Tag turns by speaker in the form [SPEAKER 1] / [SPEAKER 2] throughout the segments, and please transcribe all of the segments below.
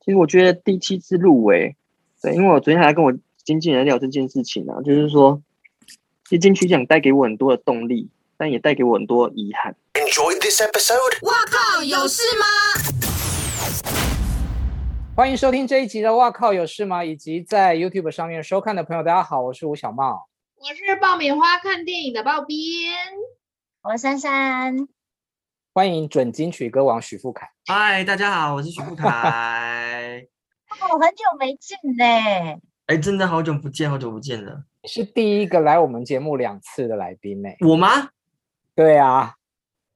[SPEAKER 1] 其实我觉得第七次入围，对，因为我昨天还跟我经纪人聊这件事情啊，就是说，其实金曲奖带给我很多的动力，但也带给我很多遗憾。
[SPEAKER 2] Enjoyed this episode?
[SPEAKER 3] 哇靠，有事吗？
[SPEAKER 4] 欢迎收听这一集的《哇靠有事吗》，以及在 YouTube 上面收看的朋友，大家好，我是吴小茂。
[SPEAKER 5] 我是爆米花看电影的爆边，
[SPEAKER 6] 我是珊珊，
[SPEAKER 4] 欢迎准金曲歌王许富凯。
[SPEAKER 7] 嗨，大家好，我是徐富凯。
[SPEAKER 6] 哦，很久没见嘞，
[SPEAKER 7] 哎，真的好久不见，好久不见了。
[SPEAKER 4] 你是第一个来我们节目两次的来宾呢、
[SPEAKER 7] 我吗？
[SPEAKER 4] 对啊，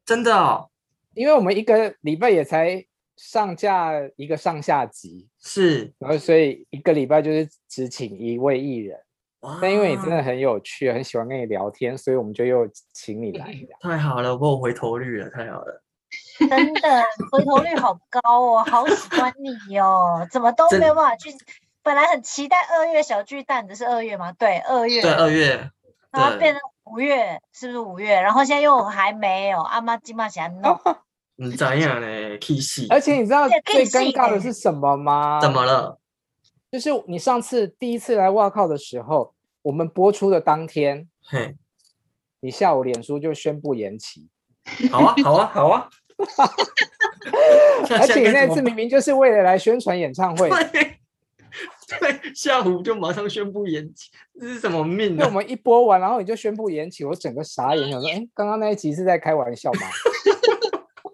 [SPEAKER 7] 真的哦，
[SPEAKER 4] 因为我们一个礼拜也才上架一个上下集，
[SPEAKER 7] 是。
[SPEAKER 4] 然后所以一个礼拜就是只请一位艺人。但因为你真
[SPEAKER 7] 哇
[SPEAKER 4] 的很有趣，很喜欢跟你聊天，所以我们就又请你来聊。
[SPEAKER 7] 太好了，我有回头率了，太好了。
[SPEAKER 6] 真的回头率好高哦，好喜欢你哦，怎么都
[SPEAKER 7] 真
[SPEAKER 6] 没有办法去。本来很期待二月小巨蛋的是二月吗？对，二月，
[SPEAKER 7] 对，二月，
[SPEAKER 6] 然后
[SPEAKER 7] 对
[SPEAKER 6] 变成五月，是不是五月？然后现在又还没有，阿妈金马想
[SPEAKER 4] 哦
[SPEAKER 6] 弄，
[SPEAKER 7] 你怎样嘞？K 系，
[SPEAKER 4] 而且你知道
[SPEAKER 6] 这更
[SPEAKER 4] 最尴
[SPEAKER 6] 细
[SPEAKER 4] 尬的
[SPEAKER 6] 耶
[SPEAKER 4] 是什么吗？
[SPEAKER 7] 怎么了？
[SPEAKER 4] 就是你上次第一次来哇靠的时候，我们播出的当天，
[SPEAKER 7] 嘿，
[SPEAKER 4] 你下午脸书就宣布 延期，
[SPEAKER 7] 好啊，好啊，好 啊。
[SPEAKER 4] 而且你那
[SPEAKER 7] 一
[SPEAKER 4] 次明明就是为了来宣传演唱会，
[SPEAKER 7] 对对，下午就马上宣布延期，这是什么命
[SPEAKER 4] 那我
[SPEAKER 7] 啊？
[SPEAKER 4] 们一播完，然后你就宣布延期，我整个傻眼，想说，哎，刚刚那一集是在开玩笑吗？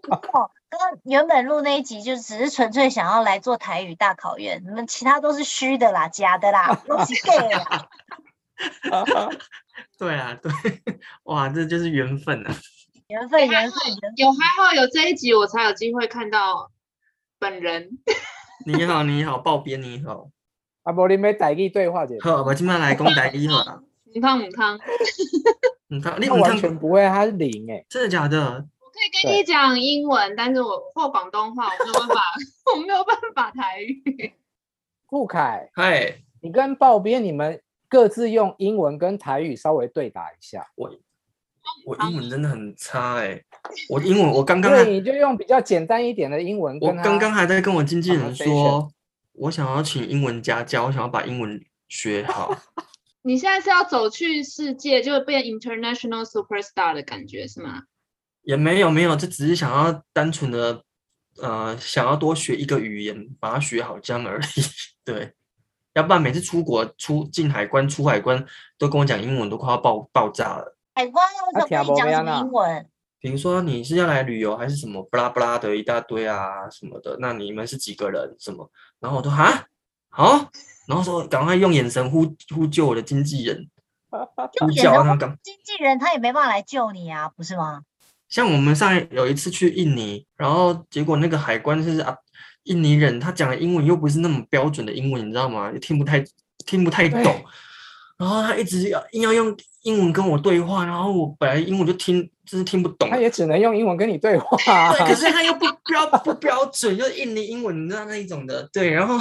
[SPEAKER 6] 刚刚原本录那一集就只是纯粹想要来做台语大考验，你们其他都是虚的啦，假的啦，都是 gay 啦。
[SPEAKER 7] 对啊，对，哇，这就是缘分啊！
[SPEAKER 6] 缘分，
[SPEAKER 5] 还
[SPEAKER 6] 缘
[SPEAKER 5] 好
[SPEAKER 6] 分，缘分。
[SPEAKER 5] 有还好有这一集，我才有机会看到本人。
[SPEAKER 7] 你好，你好，爆边你好，
[SPEAKER 4] 啊，不然你没台语对话 姐，
[SPEAKER 7] 好，我今麦来讲台语好了。
[SPEAKER 5] 母汤母汤，我
[SPEAKER 7] 你看，嗯你
[SPEAKER 4] 他
[SPEAKER 7] 你
[SPEAKER 4] 完
[SPEAKER 7] 看，
[SPEAKER 4] 全不会，他是零哎、
[SPEAKER 7] 真的假的？
[SPEAKER 5] 可以跟你讲英文，但是我或广东话，我没有办法， 我没有办法台语。
[SPEAKER 4] 顾凯，
[SPEAKER 7] 嗨，
[SPEAKER 4] 你跟鲍编你们各自用英文跟台语稍微对答一下，
[SPEAKER 7] 我英文真的很差哎、我英文我刚刚
[SPEAKER 4] 对，
[SPEAKER 7] 还
[SPEAKER 4] 你就用比较简单一点的英文
[SPEAKER 7] 我
[SPEAKER 4] 跟他。
[SPEAKER 7] 刚刚还在跟我经纪人
[SPEAKER 4] conversation
[SPEAKER 7] 说，我想要请英文家教，我想要把英文学好。
[SPEAKER 5] 你现在是要走去世界，就变 international superstar 的感觉是吗？
[SPEAKER 7] 也没有没有，就只是想要单纯的呃想要多学一个语言，把它学好这样而已。 对，要不然每次出国出进海关出海关都跟我讲英文，都快要爆爆炸了。
[SPEAKER 6] 海关
[SPEAKER 4] 啊
[SPEAKER 6] 为什
[SPEAKER 4] 听
[SPEAKER 6] 么跟
[SPEAKER 4] 不
[SPEAKER 6] 你讲
[SPEAKER 4] 到
[SPEAKER 6] 什
[SPEAKER 4] 呐
[SPEAKER 6] 么英文？
[SPEAKER 7] 比如说你是要来旅游还是什么不拉不拉的一大堆啊什么的，那你们是几个人什么？然后我都哈好，然后说赶快用眼神呼呼救我的经纪 人，呼
[SPEAKER 6] 用眼
[SPEAKER 7] 叫
[SPEAKER 6] 神
[SPEAKER 7] 他
[SPEAKER 6] 呼
[SPEAKER 7] 赶。
[SPEAKER 6] 经纪人他也没办法来救你啊，不是吗？
[SPEAKER 7] 像我们上一有一次去印尼，然后结果那个海关就是啊，印尼人他讲的英文又不是那么标准的英文，你知道吗？又听不太听不太
[SPEAKER 4] 对
[SPEAKER 7] 懂，然后他一直要硬要用英文跟我对话，然后我本来英文就听就是听不懂，
[SPEAKER 4] 他也只能用英文跟你对话、 啊
[SPEAKER 7] 对，可是他又不标不标准，就是印尼英文，你知道那一种的。对，然后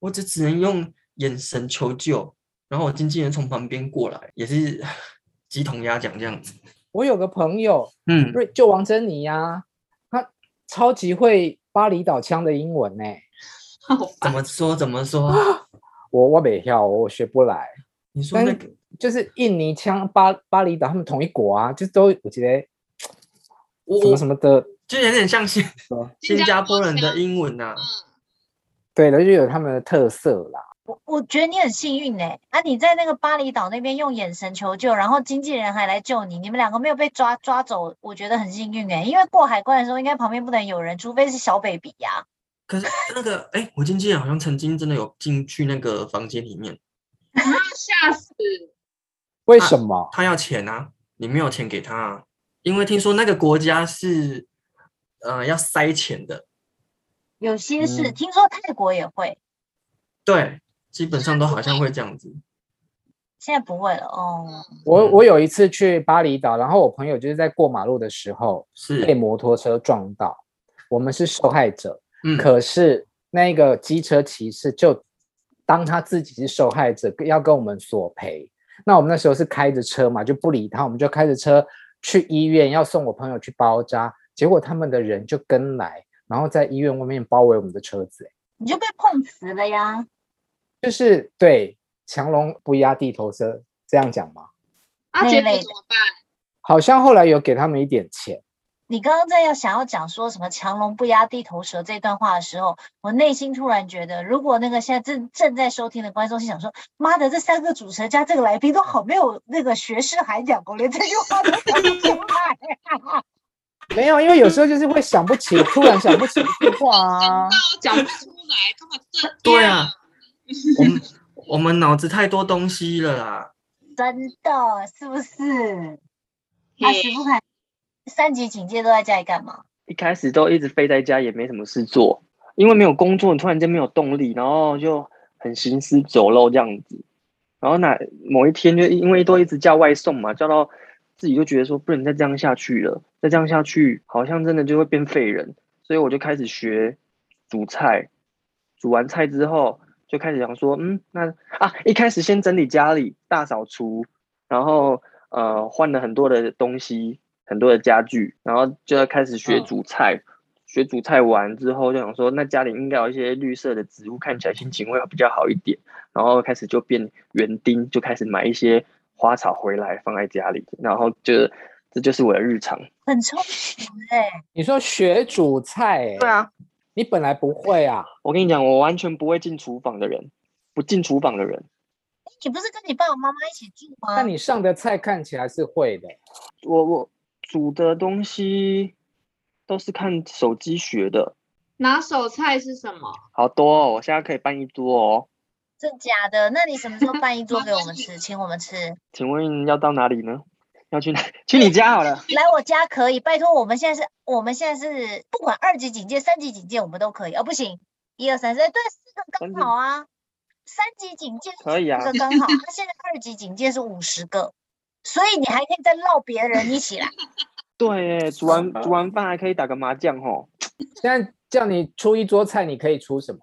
[SPEAKER 7] 我只只能用眼神求救，然后我经纪人从旁边过来，也是 鸡同鸭讲这样子。
[SPEAKER 4] 我有个朋友，
[SPEAKER 7] 嗯，
[SPEAKER 4] 瑞就王珍妮呀、她超级会巴厘岛腔的英文呢、
[SPEAKER 5] 好
[SPEAKER 7] 怎
[SPEAKER 5] 烦，
[SPEAKER 7] 么说怎么 说？啊
[SPEAKER 4] 我我北跳，我学不来。
[SPEAKER 7] 你说那
[SPEAKER 4] 但
[SPEAKER 7] 个
[SPEAKER 4] 就是印尼腔巴巴厘岛，他们同一国啊，就都我觉得
[SPEAKER 7] 我
[SPEAKER 4] 什么什么的，
[SPEAKER 7] 就有点 像新新加坡人的英文呐、啊。
[SPEAKER 5] 嗯，
[SPEAKER 4] 对的，就有他们的特色啦。
[SPEAKER 6] 我我觉得你很幸运哎、啊，你在那个巴厘岛那边用眼神求救，然后经纪人还来救你，你们两个没有被抓抓走，我觉得很幸运哎、因为过海关的时候，应该旁边不能有人，除非是小 baby 呀、
[SPEAKER 7] 可是那个哎、我经纪人好像曾经真的有进去那个房间里面，
[SPEAKER 5] 吓死！
[SPEAKER 4] 为
[SPEAKER 7] 啊
[SPEAKER 4] 什么？
[SPEAKER 7] 他要钱啊，你没有钱给他、啊，因为听说那个国家是呃要塞钱的。
[SPEAKER 6] 有些是、
[SPEAKER 4] 嗯
[SPEAKER 6] 听说泰国也会，
[SPEAKER 7] 对，基本上都好像会这样子。
[SPEAKER 6] 现在不会了哦。
[SPEAKER 4] 我
[SPEAKER 7] 嗯
[SPEAKER 4] 我有一次去巴厘岛，然后我朋友就是在过马路的时候
[SPEAKER 7] 是
[SPEAKER 4] 被，摩托车撞到，我们是受害者，
[SPEAKER 7] 嗯，
[SPEAKER 4] 可是那个机车骑士就当他自己是受害者，要跟我们索赔。那我们那时候是开着车嘛，就不理他，我们就开着车去医院，要送我朋友去包扎。结果他们的人就跟来，然后在医院外面包围我们的车子、欸
[SPEAKER 6] 你就被碰瓷了呀。
[SPEAKER 4] 就是对强龙不压地头蛇这样讲吗？
[SPEAKER 5] 啊，
[SPEAKER 6] 那一
[SPEAKER 5] 结果
[SPEAKER 6] 类
[SPEAKER 5] 怎么办？
[SPEAKER 4] 好像后来有给他们一点钱，
[SPEAKER 6] 你刚刚在要想要讲说什么“强龙不压地头蛇”这段话的时候，我内心突然觉得，如果那个现在正正在收听的观众是想说：“妈的，这三个主持人加这个来宾都好没有那个学识涵养，哦我连这句话都讲不出来。
[SPEAKER 4] 没有，因为有时候就是会想不起，突然想不起一句话啊
[SPEAKER 5] 到。讲不出来，根本这样
[SPEAKER 8] 对啊，我们我们脑子太多东西了啦。”
[SPEAKER 6] 真的是不是？
[SPEAKER 5] 嘿
[SPEAKER 6] 啊，徐不凯，三级警戒都在家里干嘛？
[SPEAKER 7] 一开始都一直飞在家，也没什么事做，因为没有工作，你突然间没有动力，然后就很行尸走肉这样子。然后哪某一天就因为都一直叫外送嘛，叫到自己就觉得说不能再这样下去了，再这样下去好像真的就会变废人，所以我就开始学煮菜。煮完菜之后就开始想说，嗯，那啊一开始先整理家里，大扫除，然后呃换了很多的东西，很多的家具，然后就要开始学
[SPEAKER 4] 嗯
[SPEAKER 7] 煮菜。学煮菜完之后，就想说，那家里应该有一些绿色的植物，看起来心情会比较好一点。然后开始就变园丁，就开始买一些花草回来放在家里，然后就这就是我的日常。
[SPEAKER 6] 很充实哎、
[SPEAKER 4] 你说学煮菜、欸，，
[SPEAKER 7] 啊，
[SPEAKER 4] 你本来不会啊，
[SPEAKER 7] 我跟你讲，我完全不会进厨房的人，不进厨房的人。
[SPEAKER 6] 你不是跟你爸爸妈妈一起住吗？
[SPEAKER 4] 但你上的菜看起来是会的欸、
[SPEAKER 7] 我我煮的东西都是看手机学的，
[SPEAKER 5] 拿手菜是什么？
[SPEAKER 7] 好多哦！我现在可以办一桌哦。
[SPEAKER 6] 真假的？那你什么时候办一桌给我们吃，请我们吃？
[SPEAKER 7] 请问要到哪里呢？要去哪？ 去你家好了。
[SPEAKER 6] 来我家可以，拜托，我们现在是，我们现在是不管二级警戒、三级警戒，我们都可以。哦，不行，一二三四，哎对，四个
[SPEAKER 7] 三
[SPEAKER 6] 刚
[SPEAKER 7] 级
[SPEAKER 6] 好啊。三级警戒
[SPEAKER 7] 可以啊
[SPEAKER 6] 四个刚好。那现在二级警戒是五十个，所以你还可以再绕别人一起来。
[SPEAKER 7] 对耶，煮完煮完饭还可以打个麻将哦。
[SPEAKER 4] 现在叫你出一桌菜，你可以出什么？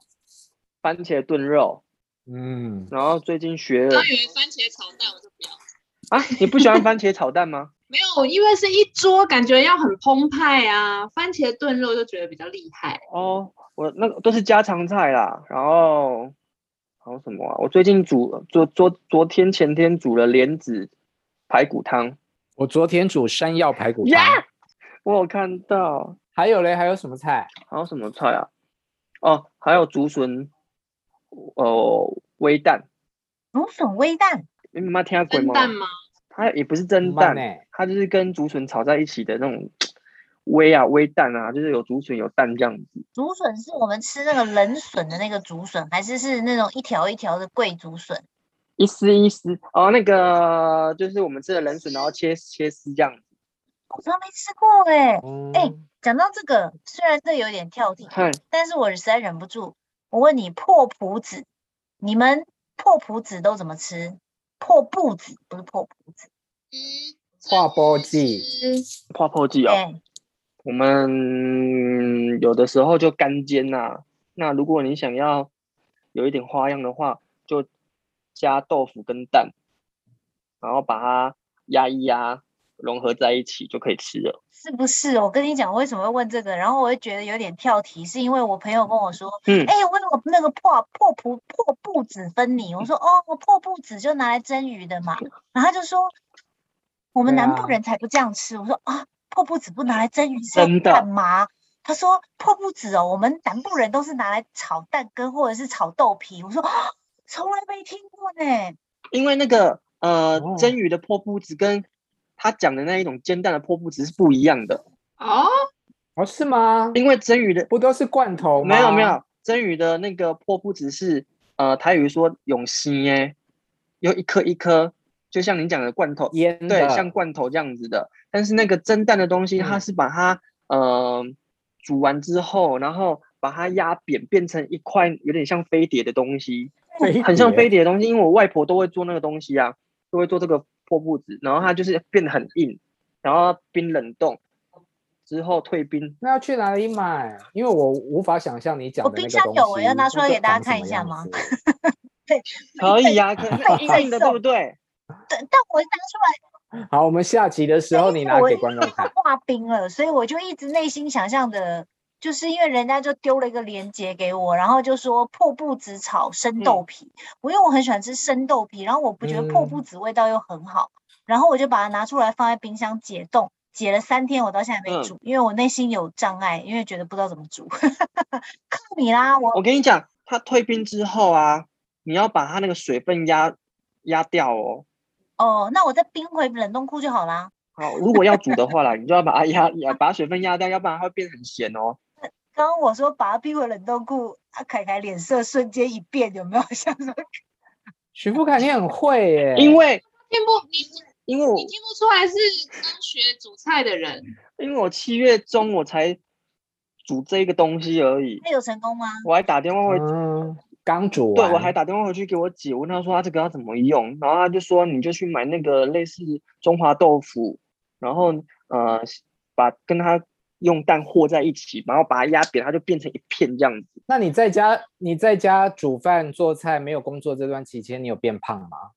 [SPEAKER 7] 番茄炖肉，
[SPEAKER 4] 嗯，
[SPEAKER 7] 然后最近学了
[SPEAKER 5] 刚以为番茄炒蛋，我就不要。
[SPEAKER 7] 啊，你不喜欢番茄炒蛋吗？
[SPEAKER 5] 没有，因为是一桌，感觉要很澎湃啊。番茄炖肉就觉得比较厉害。
[SPEAKER 7] 哦，我那个都是家常菜啦。然后还有什么啊？我最近煮昨昨昨天前天煮了莲子排骨汤，
[SPEAKER 4] 我昨天煮山药排骨汤
[SPEAKER 7] Yeah！我有看到。
[SPEAKER 4] 还有嘞，还有什么菜？
[SPEAKER 7] 还有什么菜啊？哦，还有竹笋，哦，微蛋。
[SPEAKER 6] 芦笋微蛋，
[SPEAKER 7] 你妈妈听下鬼
[SPEAKER 5] 蒸
[SPEAKER 7] 吗？
[SPEAKER 5] 蛋吗？
[SPEAKER 7] 它也不是蒸蛋，
[SPEAKER 4] 慢
[SPEAKER 7] 欸
[SPEAKER 4] 呢、
[SPEAKER 7] 它就是跟竹笋炒在一起的那种微啊微蛋啊，就是有竹笋有蛋这样子。
[SPEAKER 6] 竹笋是我们吃那个冷笋的那个竹笋，还是是那种一条一条的贵竹笋？
[SPEAKER 7] 一丝一丝哦，那个就是我们吃的冷笋，然后切切丝这样子。
[SPEAKER 6] 我从来没吃过哎、
[SPEAKER 4] 嗯
[SPEAKER 6] 哎讲到这个，虽然这有点跳题，
[SPEAKER 7] 哼，
[SPEAKER 6] 但是我实在忍不住，我问你破蒲子，你们破蒲子都怎么吃？破布子不是破蒲子，
[SPEAKER 5] 嗯
[SPEAKER 4] 画波记
[SPEAKER 7] 泡泡剂哦，
[SPEAKER 6] 对，
[SPEAKER 7] 我们有的时候就干煎呐、那如果你想要有一点花样的话，就加豆腐跟蛋，然后把它压一压，融合在一起就可以吃了。
[SPEAKER 6] 是不是？我跟你讲，我为什么会问这个？然后我会觉得有点跳题，是因为我朋友跟我说，
[SPEAKER 7] 嗯
[SPEAKER 6] 哎、我有那个破破蒲破布子分离，我说哦，我破布子就拿来蒸鱼的嘛，然后他就说我们
[SPEAKER 4] 对
[SPEAKER 6] 南部
[SPEAKER 4] 啊
[SPEAKER 6] 人才不这样吃，我说啊，破布子不拿来蒸鱼是要
[SPEAKER 7] 真的
[SPEAKER 6] 干嘛？他说破布子哦，我们南部人都是拿来炒蛋羹或者是炒豆皮，我说啊，从来没听过呢，
[SPEAKER 7] 因为那个呃、
[SPEAKER 4] 哦
[SPEAKER 7] 蒸鱼的破布子跟他讲的那一种煎蛋的破布子是不一样的，
[SPEAKER 5] 哦，
[SPEAKER 4] 哦是吗？
[SPEAKER 7] 因为蒸鱼的
[SPEAKER 4] 不都是罐头吗？
[SPEAKER 7] 没有没有，蒸鱼的那个破布子是呃台语说永心耶，有一颗一颗，就像你讲的罐头
[SPEAKER 4] 腌的，
[SPEAKER 7] 对，像罐头这样子的。但是那个蒸蛋的东西，它
[SPEAKER 4] 嗯
[SPEAKER 7] 是把它呃煮完之后，然后把它压扁，变成一块有点像飞碟的东西，
[SPEAKER 4] 飞
[SPEAKER 7] 很像
[SPEAKER 4] 碟
[SPEAKER 7] 飞碟的东西。因为我外婆都会做那个东西啊，都会做这个破布子，然后它就是变得很硬，然后冰冷冻之后退冰。
[SPEAKER 4] 那要去哪里买？因为我无法想象你讲
[SPEAKER 6] 我
[SPEAKER 4] 的
[SPEAKER 6] 冰
[SPEAKER 4] 那个
[SPEAKER 6] 箱
[SPEAKER 4] 东西。
[SPEAKER 6] 有我要拿出来
[SPEAKER 4] 那
[SPEAKER 6] 给大家
[SPEAKER 4] 长什
[SPEAKER 6] 看
[SPEAKER 4] 么
[SPEAKER 6] 一下
[SPEAKER 4] 样
[SPEAKER 6] 吗
[SPEAKER 4] 子？
[SPEAKER 7] 可以呀、啊，可以
[SPEAKER 6] 再
[SPEAKER 7] 硬硬的，对
[SPEAKER 6] 送
[SPEAKER 7] 不对？
[SPEAKER 6] 但但我拿出来。
[SPEAKER 4] 好，我们下集的时候你
[SPEAKER 6] 对因为
[SPEAKER 4] 拿
[SPEAKER 6] 我
[SPEAKER 4] 给
[SPEAKER 6] 已
[SPEAKER 4] 观
[SPEAKER 6] 经
[SPEAKER 4] 众看。
[SPEAKER 6] 化冰了，所以我就一直内心想象的就是因为人家就丢了一个链接给我，然后就说破布子炒
[SPEAKER 4] 嗯
[SPEAKER 6] 生豆皮，我因为我很喜欢吃生豆皮，然后我不觉得破
[SPEAKER 4] 嗯
[SPEAKER 6] 布子味道又很好，然后我就把它拿出来放在冰箱解冻，解了三天，我到现在没
[SPEAKER 7] 嗯
[SPEAKER 6] 煮，因为我内心有障碍，因为觉得不知道怎么煮。 靠你啦，我
[SPEAKER 7] 我跟你讲，它退冰之后啊，你要把它那个水分压压掉哦。
[SPEAKER 6] 哦，那我再冰回冷冻库就好啦。
[SPEAKER 7] 好，如果要煮的 话啦，你就要把它压压，把水分压掉，要不然它会变很咸哦。
[SPEAKER 6] 刚刚我说把它冰回冷冻库，啊，凯凯脸色瞬间一变，有没 有？想说
[SPEAKER 4] 嗯徐富凯你很会耶，
[SPEAKER 7] 因为
[SPEAKER 5] 听不你
[SPEAKER 7] 因为我
[SPEAKER 5] 你听不出来是刚学煮菜的人，
[SPEAKER 7] 因为我七月中我才煮这个东西而已，
[SPEAKER 6] 那有成功吗？
[SPEAKER 7] 我还打电话回
[SPEAKER 4] 嗯，刚煮
[SPEAKER 7] 对，
[SPEAKER 4] 完，
[SPEAKER 7] 我还打电话回去给我姐，问她说她这个要怎么用，然后她就说你就去买那个类似中华豆腐，然后呃把跟它用蛋和在一起，然后把它压扁，它就变成一片这样子。
[SPEAKER 4] 那你在家你在家煮饭做菜没有工作这段期间，你有变胖吗？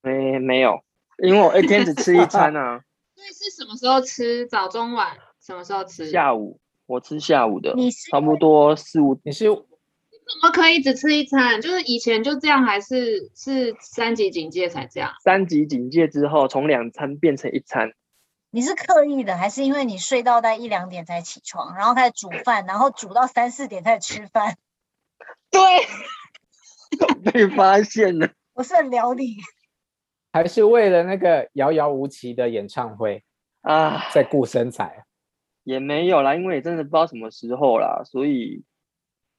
[SPEAKER 7] 没没有，因为我一天只吃一餐啊，
[SPEAKER 5] 所以是什么时候吃？早中晚什么时候吃？
[SPEAKER 7] 下午我吃下午的
[SPEAKER 6] 你是，
[SPEAKER 7] 差
[SPEAKER 6] 因
[SPEAKER 7] 不
[SPEAKER 6] 为
[SPEAKER 7] 多四五
[SPEAKER 4] 你是
[SPEAKER 5] 怎么可以只吃一餐？就是以前就这样，还是是三级警戒才这样？
[SPEAKER 7] 三级警戒之后，从两餐变成一餐，
[SPEAKER 6] 你是刻意的，还是因为你睡到大概一两点才起床，然后开始煮饭，然后煮到三四点开始吃饭？
[SPEAKER 7] 被发现了。
[SPEAKER 6] 我是很了你，
[SPEAKER 4] 还是为了那个遥遥无期的演唱会
[SPEAKER 7] 啊，
[SPEAKER 4] 在顾身材？
[SPEAKER 7] 也没有啦，因为也真的不知道什么时候啦，所以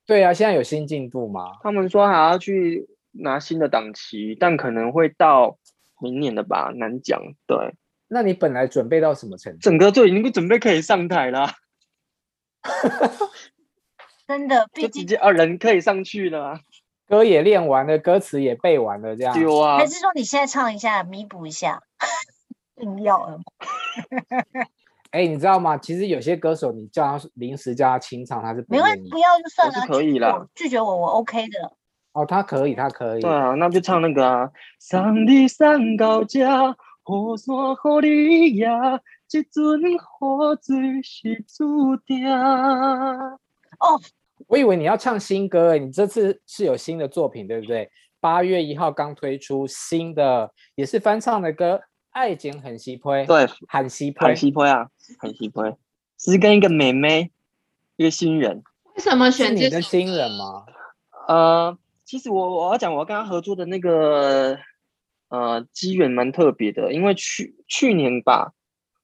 [SPEAKER 4] 对啊，现在有新进度吗？
[SPEAKER 7] 他们说还要去拿新的档期，但可能会到明年的吧，难讲。对，
[SPEAKER 4] 那你本来准备到什么程度？
[SPEAKER 7] 整个就已经准备可以上台啊啦，
[SPEAKER 6] 真的，毕
[SPEAKER 7] 就直
[SPEAKER 6] 竟
[SPEAKER 7] 接啊人可以上去了啊，
[SPEAKER 4] 歌也练完了，歌词也背完了，这样
[SPEAKER 7] 丢啊
[SPEAKER 6] 还！是说你现在唱一下弥补一下，硬要了。
[SPEAKER 4] 哎，你知道吗？其实有些歌手，你叫他临时叫他清唱，他是不
[SPEAKER 6] 没关
[SPEAKER 4] 愿
[SPEAKER 6] 系，
[SPEAKER 4] 意
[SPEAKER 6] 不。要就算
[SPEAKER 7] 我
[SPEAKER 6] 了
[SPEAKER 7] 是，可以
[SPEAKER 6] 拒绝
[SPEAKER 7] 啦
[SPEAKER 6] 我拒绝我我 OK 的。
[SPEAKER 4] 哦，他可以，他可以。
[SPEAKER 7] 对啊，那就唱那个啊，送你送到这，雨伞互你呀，这阵雨水是注定。
[SPEAKER 4] 我以为你要唱新歌欸诶，你这次是有新的作品，对不对？八月一号刚推出新的，也是翻唱的歌《爱情很稀坡》，
[SPEAKER 7] 对，
[SPEAKER 4] 很稀坡
[SPEAKER 7] 很。西坡啊，很西坡，是跟一个妹妹，一个新人。
[SPEAKER 5] 为什么
[SPEAKER 4] 是
[SPEAKER 5] 选
[SPEAKER 4] 你
[SPEAKER 5] 这
[SPEAKER 4] 的
[SPEAKER 5] 首？
[SPEAKER 4] 新人吗？
[SPEAKER 7] 呃，其实我我要讲，我要跟他合作的那个呃机缘蛮特别的，因为去去年吧，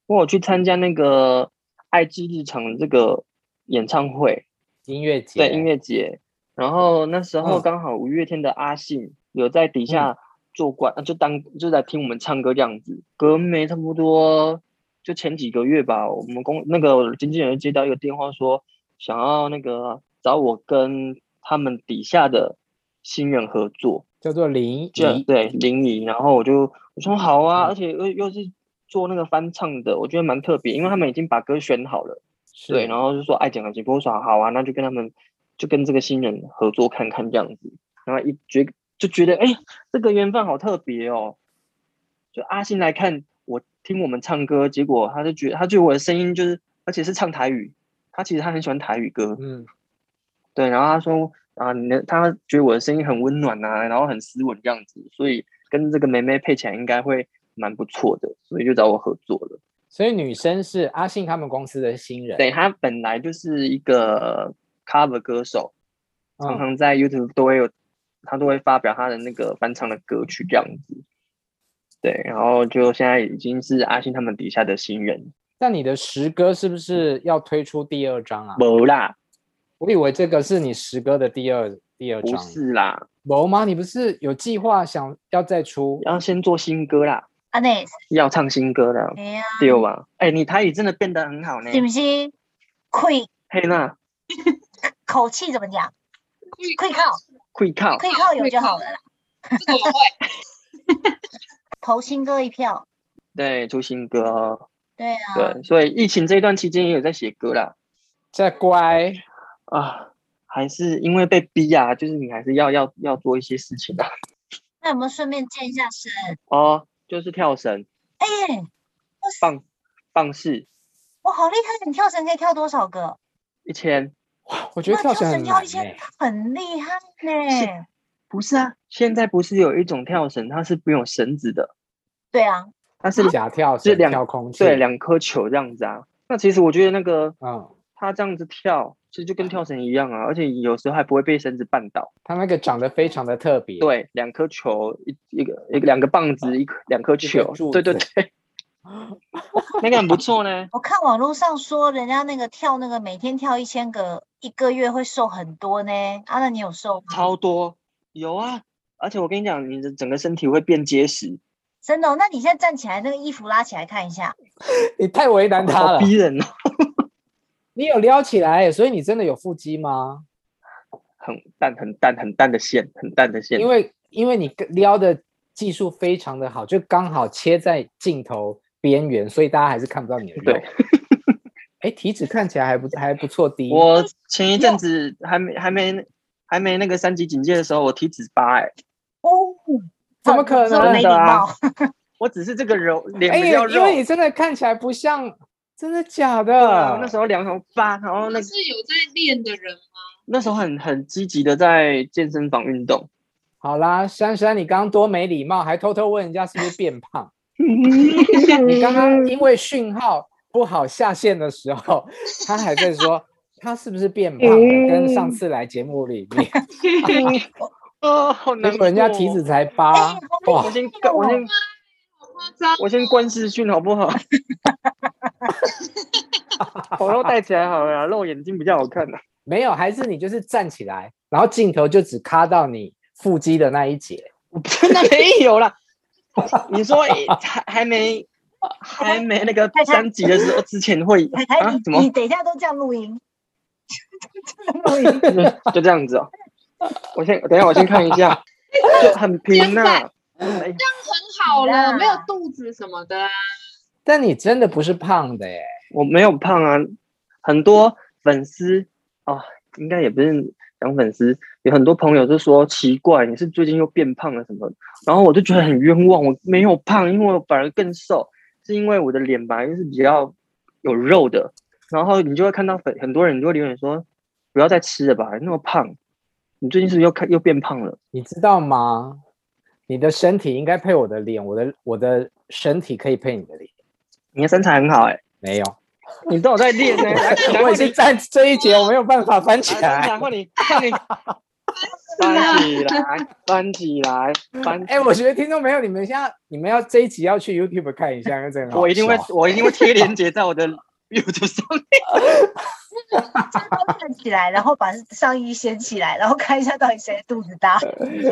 [SPEAKER 7] 我有去参加那个爱之日常这个演唱会，
[SPEAKER 4] 音乐节，
[SPEAKER 7] 对音乐节，然后那时候
[SPEAKER 4] 嗯
[SPEAKER 7] 刚好五月天的阿信有在底下做官，呃就当就在听我们唱歌这样子，隔没差不多就前几个月吧，我们公那个经纪人接到一个电话说想要那个找我跟他们底下的新人合作，
[SPEAKER 4] 叫做林怡。
[SPEAKER 7] 就对林怡，然后我就我说好啊，
[SPEAKER 4] 嗯
[SPEAKER 7] 而且又又是做那个翻唱的，我觉得蛮特别，因为他们已经把歌选好了。
[SPEAKER 4] 是
[SPEAKER 7] 对，然后就说哎爱讲感情，我说好啊，那就跟他们就跟这个新人合作看看这样子，然后一觉就觉得哎，这个缘分好特别哦。就阿信来看我听我们唱歌，结果他就觉得他觉得我的声音就是，而且是唱台语，他其实他很喜欢台语歌，
[SPEAKER 4] 嗯，
[SPEAKER 7] 对，然后他说啊，你的他觉得我的声音很温暖啊，然后很斯文这样子，所以跟这个梅梅配起来应该会蛮不错的，所以就找我合作了。
[SPEAKER 4] 所以女生是阿信他们公司的新人。
[SPEAKER 7] 对，他本来就是一个 cover 歌手，常
[SPEAKER 4] 嗯，
[SPEAKER 7] 常在 YouTube 都会有，他都会发表他的那个翻唱的歌曲这样子。对，然后就现在已经是阿信他们底下的新人，
[SPEAKER 4] 那你的十歌是不是要推出第二张啊？
[SPEAKER 7] 没啦，
[SPEAKER 4] 我以为这个是你十歌的第二第二
[SPEAKER 7] 不
[SPEAKER 4] 张。，
[SPEAKER 7] 是啦，
[SPEAKER 4] 某吗？你不是有计划想要再出？
[SPEAKER 7] 要先做新歌啦，
[SPEAKER 6] 啊，那
[SPEAKER 7] 要唱新歌的，
[SPEAKER 6] 哎呀，
[SPEAKER 7] 对吧？哎，你台语真的变得很好呢，
[SPEAKER 6] 是不是？溃
[SPEAKER 7] 嘿娜，
[SPEAKER 6] 口气怎么讲？溃靠，
[SPEAKER 7] 会靠，
[SPEAKER 6] 溃靠有就好了啦。
[SPEAKER 5] 这个我会。
[SPEAKER 6] 投新歌一票。
[SPEAKER 7] 对，出新歌哦，
[SPEAKER 6] 对啊，
[SPEAKER 7] 对，所以疫情这一段期间也有在写歌啦，
[SPEAKER 4] 再乖，
[SPEAKER 7] 啊，还是因为被逼啊，就是你还是要要要做一些事情啊的、
[SPEAKER 6] 那我们顺便健一下身。
[SPEAKER 7] 哦，就是跳绳、
[SPEAKER 6] 哎、
[SPEAKER 7] 棒棒式
[SPEAKER 6] 我好厉害！你跳绳可以跳多少个？
[SPEAKER 7] 一千，
[SPEAKER 4] 哇，我觉得
[SPEAKER 6] 那
[SPEAKER 4] 跳
[SPEAKER 6] 跳
[SPEAKER 4] 绳很
[SPEAKER 6] 绳要
[SPEAKER 4] 难
[SPEAKER 6] 一些
[SPEAKER 4] 欸
[SPEAKER 6] 很厉害呢、
[SPEAKER 7] 是不是啊，现在不是有一种跳绳，它是不用绳子的，
[SPEAKER 6] 对啊，
[SPEAKER 7] 它是
[SPEAKER 4] 假跳
[SPEAKER 7] 是
[SPEAKER 4] 绳、
[SPEAKER 7] 两
[SPEAKER 4] 跳空去，
[SPEAKER 7] 对两颗球这样子啊。那其实我觉得那个
[SPEAKER 4] 嗯，
[SPEAKER 7] 它这样子跳，其实就跟跳绳一样啊，而且有时候还不会被绳子绊倒。
[SPEAKER 4] 他那个长得非常的特别，，
[SPEAKER 7] 对，两颗球，一一个一个两个棒子，一颗两颗
[SPEAKER 4] 一个
[SPEAKER 7] 球
[SPEAKER 4] 柱，
[SPEAKER 7] 对对
[SPEAKER 4] 子
[SPEAKER 7] 对，那个很不错呢。
[SPEAKER 6] 我看网络上说，人家那个跳那个每天跳一千个，一个月会瘦很多呢。啊，那你有瘦吗？
[SPEAKER 7] 超多，有啊，而且我跟你讲，你的整个身体会变结实，
[SPEAKER 6] 真的哦、那你现在站起来，那个衣服拉起来看一下。
[SPEAKER 4] 你太为难他
[SPEAKER 7] 好
[SPEAKER 4] 了。
[SPEAKER 7] 逼人哦，
[SPEAKER 4] 你有撩起来，所以你真的有腹肌吗？
[SPEAKER 7] 很淡很淡很淡的线，很淡的线
[SPEAKER 4] 因，为因为你撩的技术非常的好，就刚好切在镜头边缘，所以大家还是看不到你的肉。
[SPEAKER 7] 对，
[SPEAKER 4] 哎，体脂看起来还不还不错低。
[SPEAKER 7] 我前一阵子还没还没还没那个三级警戒的时候，我体脂八哎，
[SPEAKER 6] 哦，
[SPEAKER 4] 怎么
[SPEAKER 6] 这
[SPEAKER 4] 可
[SPEAKER 6] 这么
[SPEAKER 4] 能
[SPEAKER 6] 没礼
[SPEAKER 7] 的啊
[SPEAKER 6] 貌，
[SPEAKER 7] 我只是这个柔脸
[SPEAKER 4] 哎，
[SPEAKER 7] 比较
[SPEAKER 4] 因
[SPEAKER 7] 肉
[SPEAKER 4] 为，你真的看起来不像，真的假
[SPEAKER 7] 对
[SPEAKER 4] 的？
[SPEAKER 7] 啊，那时候两头发，然后哦那
[SPEAKER 5] 那是有在练的人吗？
[SPEAKER 7] 那时候很很积极的在健身房运动，
[SPEAKER 4] 好啦，珊珊，你刚刚多没礼貌，还偷偷问人家是不是变胖。 你刚刚因为讯号不好下线的时候，他还在说他是不是变胖了，跟上次来节目里面，
[SPEAKER 7] 哦，好 难过
[SPEAKER 4] 结
[SPEAKER 7] 哦，
[SPEAKER 4] 果人家体脂才
[SPEAKER 6] 哎
[SPEAKER 4] 八
[SPEAKER 6] 好，
[SPEAKER 4] 哇
[SPEAKER 7] 我！先告我先
[SPEAKER 5] 好夸张！
[SPEAKER 7] 我先关视讯好不 好？ 口罩戴起来好了啦，露眼睛比较好看啊呐。
[SPEAKER 4] 没有，还是你就是站起来，然后镜头就只卡到你腹肌的那一节。
[SPEAKER 7] 我 真的没有 啦。你说诶还还没还没那个三级的时候之前会
[SPEAKER 6] 凯凯，
[SPEAKER 7] 啊
[SPEAKER 6] 你？
[SPEAKER 7] 怎么
[SPEAKER 6] 你等一下都这样录音，这样录音，
[SPEAKER 7] 就这样子哦？我先等一下，我先看一下，就很平呐、哎
[SPEAKER 5] 很好了，
[SPEAKER 7] 啊
[SPEAKER 6] 啦
[SPEAKER 5] 没有肚子什么的啊。
[SPEAKER 4] 但你真的不是胖的耶，
[SPEAKER 7] 我没有胖啊，很多粉丝哦，应该也不是讲粉丝，有很多朋友就说奇怪，你是最近又变胖了什么的？然后我就觉得很冤枉，我没有胖，因为我反而更瘦，是因为我的脸本来就是比较有肉的，然后你就会看到粉很多人就会留言说，不要再吃了吧，你那么胖，你最近是不是又看又变胖了？
[SPEAKER 4] 你知道吗？你的身体应该配我的脸，我的我的身体可以配你的脸。
[SPEAKER 7] 你的身材很好哎、
[SPEAKER 4] 没有，
[SPEAKER 7] 你都有在练呢、来来
[SPEAKER 4] 我
[SPEAKER 7] 换
[SPEAKER 4] 已
[SPEAKER 7] 你
[SPEAKER 4] 经站这一节，我没有办法翻起
[SPEAKER 7] 来，
[SPEAKER 4] 来。
[SPEAKER 7] 来换你，换你，翻起来，翻起来，翻。
[SPEAKER 4] 哎、我觉得听众朋友，你们现在你们要这一集要去 YouTube 看一下，因为真的很好
[SPEAKER 7] 我一定会
[SPEAKER 4] 笑，
[SPEAKER 7] 我一定会贴链接在我的 YouTube 上面。
[SPEAKER 6] 站起来，然后把上衣掀起来，然后看一下到底谁肚子 大。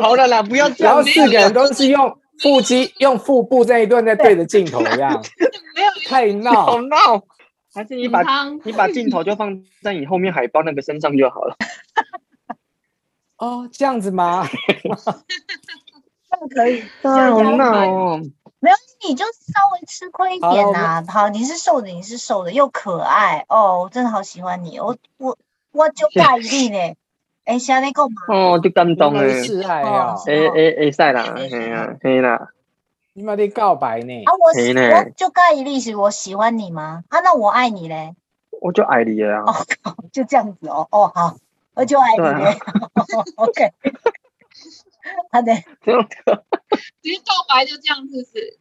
[SPEAKER 7] 好了啦，不要这
[SPEAKER 4] 然后
[SPEAKER 7] 样。
[SPEAKER 4] 四个人都是用腹肌、用腹部这一段在对着镜头一样，
[SPEAKER 5] 没有
[SPEAKER 4] 太
[SPEAKER 7] 好
[SPEAKER 4] 闹。
[SPEAKER 7] 闹，还是你
[SPEAKER 5] 很
[SPEAKER 7] 把
[SPEAKER 5] 胖，
[SPEAKER 7] 你把镜头就放在你后面海报那个身上就好了。
[SPEAKER 4] 哦，这样子吗？
[SPEAKER 6] 这样可以，
[SPEAKER 7] 啊，好闹哦！
[SPEAKER 6] 没有，你就稍微吃亏一
[SPEAKER 4] 好了
[SPEAKER 6] 点
[SPEAKER 4] 我们
[SPEAKER 6] 呐、好，你是瘦的，你是瘦的，又可爱哦，我真的好喜欢你，我我我就
[SPEAKER 7] 谢谢
[SPEAKER 6] 大一粒呢。哎，现在够吗？
[SPEAKER 7] 哦，就感动
[SPEAKER 4] 你
[SPEAKER 7] 哎
[SPEAKER 4] 们，是示爱哦，
[SPEAKER 6] 哦
[SPEAKER 7] 哎哎哎，赛啦，
[SPEAKER 6] 谢谢
[SPEAKER 7] 哎呀，嘿啦，
[SPEAKER 4] 你们在告白呢
[SPEAKER 5] 哦
[SPEAKER 6] 啊，？我
[SPEAKER 7] 谁
[SPEAKER 6] 喜
[SPEAKER 7] 呢
[SPEAKER 6] 我就盖一粒是我喜欢你吗？啊，那我爱你嘞，
[SPEAKER 7] 我就爱你了啊
[SPEAKER 6] 哦！就这样子哦，哦好，我就爱你
[SPEAKER 7] 对啊
[SPEAKER 6] 嘞，OK，好的，
[SPEAKER 7] 这样的
[SPEAKER 5] 其实告白就这样，是不是？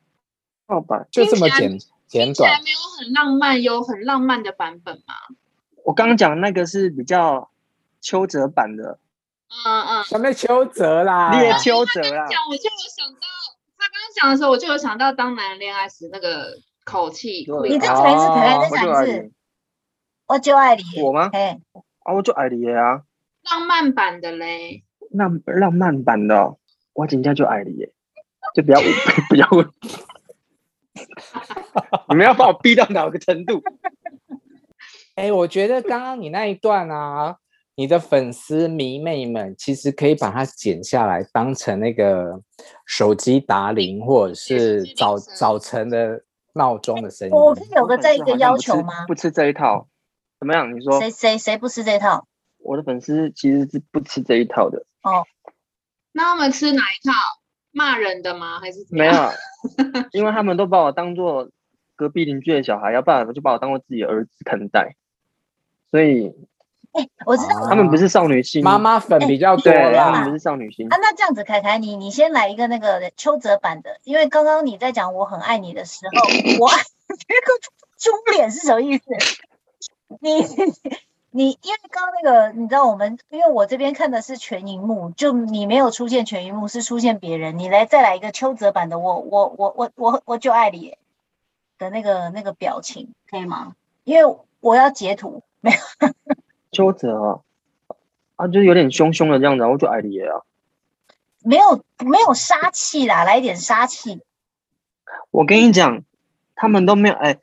[SPEAKER 7] 告白，
[SPEAKER 4] 就这么
[SPEAKER 5] 听起来
[SPEAKER 4] 简简
[SPEAKER 5] 听起来
[SPEAKER 4] 短。
[SPEAKER 5] 没有很浪漫，有很浪漫的版本嘛？
[SPEAKER 7] 我刚刚讲那个是比较邱泽版的，
[SPEAKER 5] 嗯嗯。
[SPEAKER 4] 什么邱泽啦？
[SPEAKER 7] 列邱泽啦，
[SPEAKER 5] 讲，我就有想到他刚刚讲的时候，我就有想到《当男人恋爱时》那个口 气。
[SPEAKER 7] 对
[SPEAKER 6] 你再讲一次，凯凯
[SPEAKER 7] 我
[SPEAKER 4] 哦
[SPEAKER 6] 再
[SPEAKER 7] 就
[SPEAKER 6] 讲
[SPEAKER 7] 爱
[SPEAKER 6] 一次，
[SPEAKER 7] 你，
[SPEAKER 6] 我就爱你，
[SPEAKER 7] 我吗？
[SPEAKER 6] 哎，
[SPEAKER 7] 啊，我就爱你了啊！
[SPEAKER 5] 浪漫版的嘞，
[SPEAKER 7] 浪浪漫版的哦、我真正就爱你耶，就 不要不要问，你们要把我逼到哪个程度？
[SPEAKER 4] 哎，我觉得刚刚你那一段啊，你的粉丝迷妹们其实可以把它剪下来，当成那个手机打铃或者是
[SPEAKER 5] 手机铃
[SPEAKER 4] 早
[SPEAKER 5] 声
[SPEAKER 4] 早晨的闹钟的声音。
[SPEAKER 6] 我可以有个这一
[SPEAKER 7] 我粉
[SPEAKER 6] 个
[SPEAKER 7] 丝好像
[SPEAKER 6] 要
[SPEAKER 7] 不吃
[SPEAKER 6] 求吗？
[SPEAKER 7] 不吃这一套，怎么样？你说
[SPEAKER 6] 谁谁谁不吃这套？
[SPEAKER 7] 我的粉丝其实是不吃这一套的，
[SPEAKER 5] 那他们吃哪一套？骂人的吗？还是怎么
[SPEAKER 7] 没
[SPEAKER 5] 样
[SPEAKER 7] 有？，啊 因为他们都把我当做隔壁邻居的小孩，要不然就把我当做自己的儿子看待，所以
[SPEAKER 6] 哎我知道
[SPEAKER 4] 啊
[SPEAKER 7] 他们不是少女心，
[SPEAKER 4] 妈妈粉比较多
[SPEAKER 7] 对，他
[SPEAKER 4] 啦
[SPEAKER 7] 们。不是少女心
[SPEAKER 6] 啊，，那这样子，凯凯，你你先来一个那个邱泽版的，因为刚刚你在讲我很爱你的时候，我 这个猪脸是什么意思？你你因为刚刚那个，你知道我们，因为我这边看的是全荧幕，就你没有出现全荧幕，是出现别人。你来再来一个邱泽版的，我我我我我我就爱你耶的那个那个表情，可以吗？因为我要截图，没有
[SPEAKER 7] 邱泽啊，啊，就是有点凶凶的这样子啊，然后就艾丽耶啊。
[SPEAKER 6] 没有没有杀气啦，来一点杀气。
[SPEAKER 7] 我跟你讲，他们都没有哎，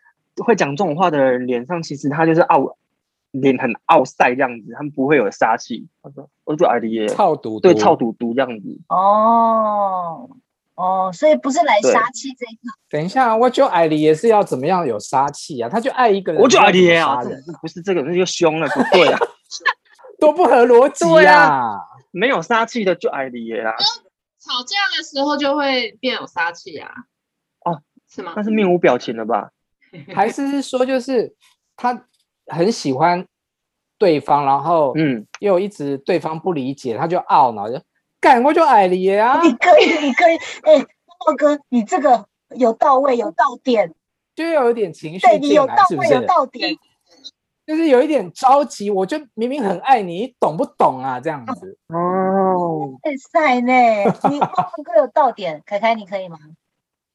[SPEAKER 7] 会讲这种话的人脸上其实他就是傲，脸很傲晒这样子，他们不会有杀气。他说，我就艾丽耶，
[SPEAKER 4] 操毒
[SPEAKER 7] 对，
[SPEAKER 4] 毒
[SPEAKER 7] 操嘟嘟这样子。
[SPEAKER 6] 哦哦，所以不是来
[SPEAKER 7] 对
[SPEAKER 6] 杀气这一
[SPEAKER 4] 等一下，我就爱你也是要怎么样有杀气啊？他就爱一个人，
[SPEAKER 7] 我就艾
[SPEAKER 4] 爱
[SPEAKER 7] 丽耶啊，
[SPEAKER 4] 杀
[SPEAKER 7] 这
[SPEAKER 4] 人，
[SPEAKER 7] 不是这个，那就凶了，不对啊，
[SPEAKER 4] 多不合逻辑
[SPEAKER 7] 对
[SPEAKER 4] 啊！
[SPEAKER 7] 没有杀气的就啊艾丽耶啦，
[SPEAKER 5] 吵架的时候就会变有杀气啊。
[SPEAKER 7] 哦，
[SPEAKER 5] 是吗
[SPEAKER 7] 那？是面无表情的吧？
[SPEAKER 4] 还是是说，就是他很喜欢对方，然后
[SPEAKER 7] 嗯，
[SPEAKER 4] 又一直对方不理解，他就懊恼，就干我就爱你啊
[SPEAKER 6] 个，，你可以，你可以，哎、浩哥，你这个有到位，有到点，
[SPEAKER 4] 就有一点情绪
[SPEAKER 6] 对你
[SPEAKER 4] 进
[SPEAKER 6] 有
[SPEAKER 4] 来，
[SPEAKER 6] 到
[SPEAKER 4] 是不
[SPEAKER 6] 位，
[SPEAKER 4] 是
[SPEAKER 6] 有？到点，
[SPEAKER 4] 就是有一点着急，我就明明很爱你，你懂不懂啊？这样
[SPEAKER 6] 嗯
[SPEAKER 4] 子，
[SPEAKER 7] 哦，
[SPEAKER 6] 哎塞呢，你浩哥有到点，凯凯你可以吗？